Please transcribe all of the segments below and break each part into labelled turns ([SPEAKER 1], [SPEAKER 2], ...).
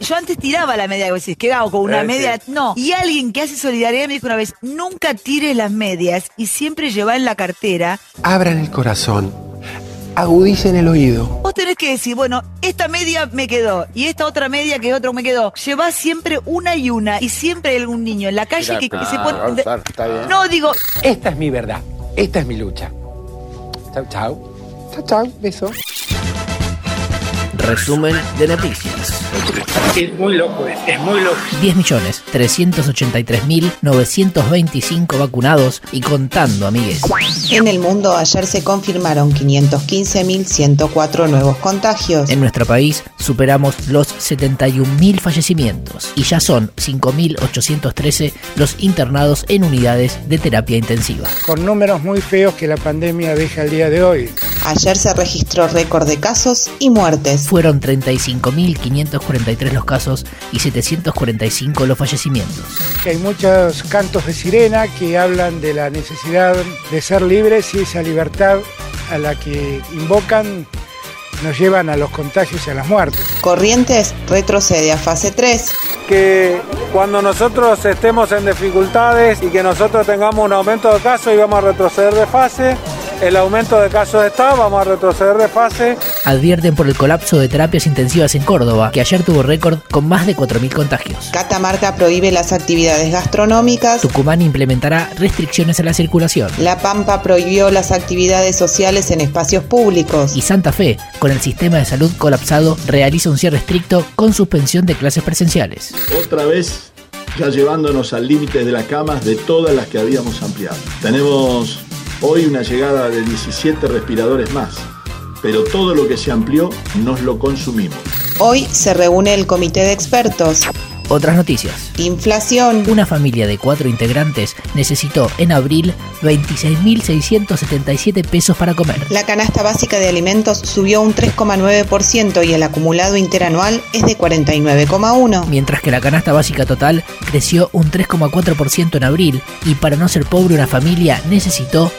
[SPEAKER 1] yo antes tiraba la media, que vos decís, ¿qué hago con una
[SPEAKER 2] Eh,
[SPEAKER 1] media?
[SPEAKER 2] sí.
[SPEAKER 1] No. Y alguien que hace solidaridad me dijo una vez, nunca tires las medias y siempre lleva en la cartera.
[SPEAKER 3] Abran el corazón, agudicen el oído.
[SPEAKER 1] Vos tenés que decir, bueno, esta media me quedó y esta otra media que otro me quedó. Llevás siempre una y una y siempre hay algún niño en la calle
[SPEAKER 2] Mira,
[SPEAKER 1] que, que
[SPEAKER 2] ah,
[SPEAKER 1] se
[SPEAKER 2] va a
[SPEAKER 1] pone...
[SPEAKER 2] usar, está bien.
[SPEAKER 1] No, digo,
[SPEAKER 3] Esta es mi verdad, esta es mi lucha. Chau, chau. Chau, chau, beso.
[SPEAKER 4] Resumen de noticias.
[SPEAKER 5] Es muy loco, es, es muy loco.
[SPEAKER 4] 10.383.925 vacunados y contando, amigues.
[SPEAKER 6] En el mundo ayer se confirmaron 515.104 nuevos contagios.
[SPEAKER 4] En nuestro país superamos los 71.000 fallecimientos y ya son 5.813 los internados en unidades de terapia intensiva.
[SPEAKER 5] Con números muy feos que la pandemia deja el día de hoy.
[SPEAKER 6] Ayer se registró récord de casos y muertes.
[SPEAKER 4] Fueron 35.543 los casos y 745 los fallecimientos.
[SPEAKER 5] Que hay muchos cantos de sirena que hablan de la necesidad de ser libres y esa libertad a la que invocan nos llevan a los contagios y a las muertes.
[SPEAKER 6] Corrientes retrocede a fase 3.
[SPEAKER 7] que cuando nosotros estemos en dificultades y que nosotros tengamos un aumento de casos y vamos a retroceder de fase, el aumento de casos está, vamos a retroceder de fase.
[SPEAKER 4] Advierten por el colapso de terapias intensivas en Córdoba, que ayer tuvo récord con más de 4.000 contagios.
[SPEAKER 6] Catamarca prohíbe las actividades gastronómicas.
[SPEAKER 4] Tucumán implementará restricciones a la circulación.
[SPEAKER 6] La Pampa prohibió las actividades sociales en espacios públicos.
[SPEAKER 4] y Santa Fe, con el sistema de salud colapsado, realiza un cierre estricto con suspensión de clases presenciales.
[SPEAKER 8] Otra vez ya llevándonos al límite de las camas de todas las que habíamos ampliado. Tenemos hoy una llegada de 17 respiradores más, pero todo lo que se amplió nos lo consumimos.
[SPEAKER 6] Hoy se reúne el comité de expertos.
[SPEAKER 4] Otras noticias.
[SPEAKER 6] Inflación.
[SPEAKER 4] Una familia de cuatro integrantes necesitó en abril 26.677 pesos para comer.
[SPEAKER 6] La canasta básica de alimentos subió un 3,9% y el acumulado interanual es de 49,1%.
[SPEAKER 4] Mientras que la canasta básica total creció un 3,4% en abril y para no ser pobre una familia necesitó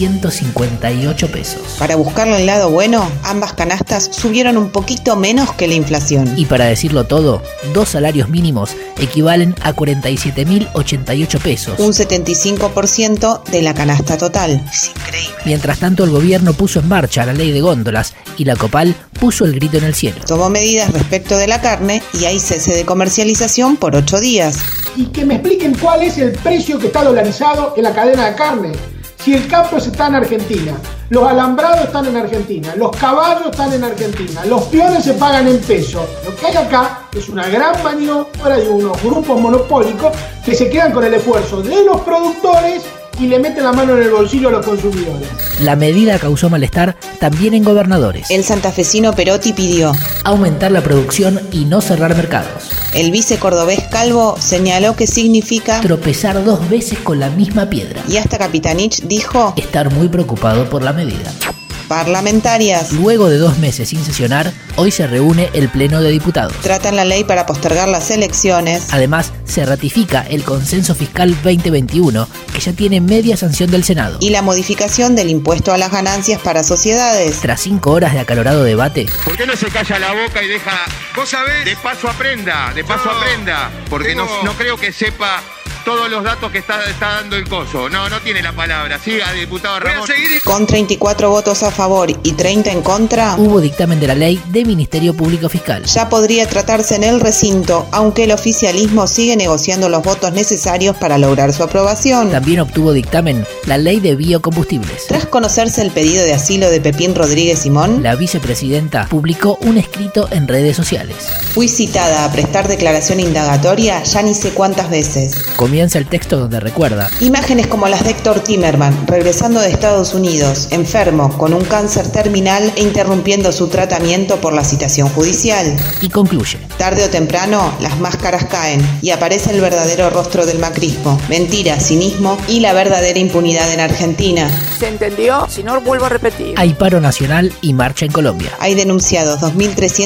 [SPEAKER 4] 62.958 pesos.
[SPEAKER 6] Para buscarle el lado bueno, ambas canastas subieron un poquito menos que la inflación.
[SPEAKER 4] Y para decirlo todo, dos salarios mínimos equivalen a 47.088 pesos.
[SPEAKER 6] un 75% de la canasta total.
[SPEAKER 4] Mientras tanto, el gobierno puso en marcha la ley de góndolas y la Copal puso el grito en el cielo.
[SPEAKER 6] Tomó medidas respecto de la carne y hay cese de comercialización por 8 días.
[SPEAKER 9] y que me expliquen cuál es el precio que está dolarizado en la cadena de carne. Si el campo está en Argentina, los alambrados están en Argentina, los caballos están en Argentina, los peones se pagan en pesos. Lo que hay acá es una gran maniobra de unos grupos monopólicos que se quedan con el esfuerzo de los productores y le meten la mano en el bolsillo a los consumidores.
[SPEAKER 4] La medida causó malestar también en gobernadores.
[SPEAKER 6] El santafesino Perotti pidió.
[SPEAKER 4] Aumentar la producción y no cerrar mercados.
[SPEAKER 6] El vice cordobés Calvo señaló que significa...
[SPEAKER 4] Tropezar dos veces con la misma piedra.
[SPEAKER 6] Y hasta Capitanich dijo,
[SPEAKER 4] Estar muy preocupado por la medida.
[SPEAKER 6] parlamentarias
[SPEAKER 4] Luego de dos meses sin sesionar, hoy se reúne el Pleno de Diputados.
[SPEAKER 6] tratan la ley para postergar las elecciones.
[SPEAKER 4] Además, se ratifica el Consenso Fiscal 2021, que ya tiene media sanción del Senado.
[SPEAKER 6] Y la modificación del impuesto a las ganancias para sociedades.
[SPEAKER 4] Tras cinco horas de acalorado debate,
[SPEAKER 10] ¿Por qué no se calla la boca y deja... Vos sabés... De paso aprenda, de paso aprenda. Porque no, no creo que sepa todos los datos que está, está dando el coso. No, no tiene la palabra. Siga, diputado Ramón.
[SPEAKER 6] Con 34 votos a favor y 30 en contra,
[SPEAKER 4] hubo dictamen de la ley de Ministerio Público Fiscal.
[SPEAKER 6] ya podría tratarse en el recinto, aunque el oficialismo sigue negociando los votos necesarios para lograr su aprobación.
[SPEAKER 4] También obtuvo dictamen la ley de biocombustibles.
[SPEAKER 6] Tras conocerse el pedido de asilo de Pepín Rodríguez Simón,
[SPEAKER 4] La vicepresidenta publicó un escrito en redes sociales.
[SPEAKER 6] fui citada a prestar declaración indagatoria ya ni sé cuántas veces.
[SPEAKER 4] Comienza el texto donde recuerda
[SPEAKER 6] Imágenes como las de Héctor Timerman, regresando de Estados Unidos, enfermo, con un cáncer terminal e interrumpiendo su tratamiento por la citación judicial.
[SPEAKER 4] y concluye.
[SPEAKER 6] Tarde o temprano, las máscaras caen y aparece el verdadero rostro del macrismo, mentira, cinismo y la verdadera impunidad en Argentina.
[SPEAKER 11] ¿Se entendió? Si no, vuelvo a repetir.
[SPEAKER 4] Hay paro nacional y marcha en Colombia.
[SPEAKER 6] Hay denunciados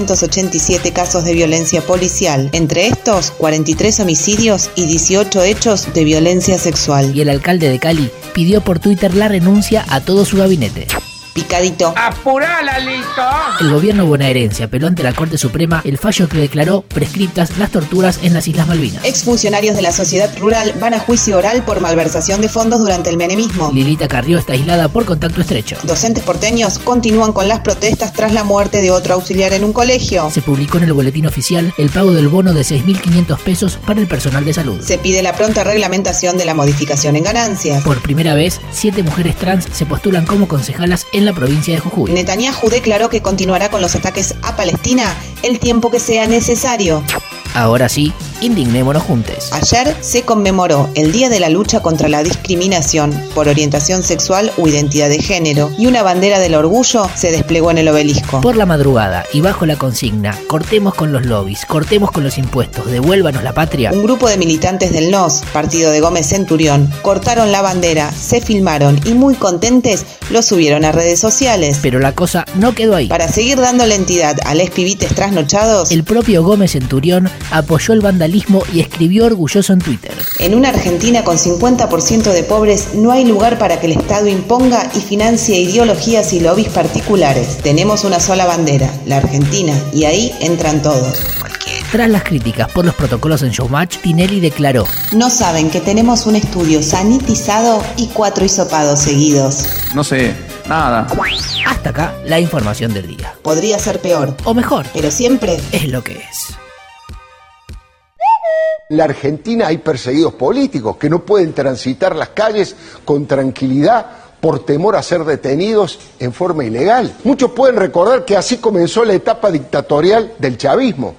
[SPEAKER 6] 2.387 casos de violencia policial, entre estos 43 homicidios y 18 hechos de violencia sexual.
[SPEAKER 4] Y el alcalde de Cali pidió por Twitter la renuncia a todo su gabinete.
[SPEAKER 6] picadito.
[SPEAKER 7] ¡Apurala, listo!
[SPEAKER 4] El gobierno bonaerense apeló ante la Corte Suprema el fallo que declaró prescriptas las torturas en las Islas Malvinas.
[SPEAKER 6] Exfuncionarios de la sociedad rural van a juicio oral por malversación de fondos durante el menemismo.
[SPEAKER 4] Lilita Carrió está aislada por contacto estrecho.
[SPEAKER 6] Docentes porteños continúan con las protestas tras la muerte de otro auxiliar en un colegio.
[SPEAKER 4] Se publicó en el boletín oficial el pago del bono de 6.500 pesos para el personal de salud.
[SPEAKER 6] Se pide la pronta reglamentación de la modificación en ganancias.
[SPEAKER 4] Por primera vez, siete mujeres trans se postulan como concejalas en la provincia de Jujuy.
[SPEAKER 6] Netanyahu declaró que continuará con los ataques a Palestina el tiempo que sea necesario.
[SPEAKER 4] Ahora sí, indignémonos juntos.
[SPEAKER 6] Ayer se conmemoró el Día de la Lucha contra la Discriminación por Orientación Sexual o Identidad de Género y una bandera del orgullo se desplegó en el obelisco.
[SPEAKER 4] Por la madrugada y bajo la consigna, cortemos con los lobbies, cortemos con los impuestos, devuélvanos la patria,
[SPEAKER 6] Un grupo de militantes del NOS, partido de Gómez Centurión, cortaron la bandera, se filmaron y muy contentes lo subieron a redes sociales.
[SPEAKER 4] pero la cosa no quedó ahí.
[SPEAKER 6] Para seguir dando entidad a les pibites trasnochados,
[SPEAKER 4] El propio Gómez Centurión apoyó el vandalismo y escribió orgulloso en Twitter.
[SPEAKER 6] en una Argentina con 50% de pobres no hay lugar para que el Estado imponga y financie ideologías y lobbies particulares. Tenemos una sola bandera, la Argentina, y ahí entran todos.
[SPEAKER 4] Tras las críticas por los protocolos en Showmatch, Tinelli declaró,
[SPEAKER 6] No saben que tenemos un estudio sanitizado y cuatro hisopados seguidos.
[SPEAKER 2] No sé, nada.
[SPEAKER 4] hasta acá la información del día.
[SPEAKER 6] Podría ser peor,
[SPEAKER 4] O mejor,
[SPEAKER 6] pero siempre
[SPEAKER 4] es lo que es.
[SPEAKER 12] En la Argentina hay perseguidos políticos que no pueden transitar las calles con tranquilidad por temor a ser detenidos en forma ilegal. Muchos pueden recordar que así comenzó la etapa dictatorial del chavismo.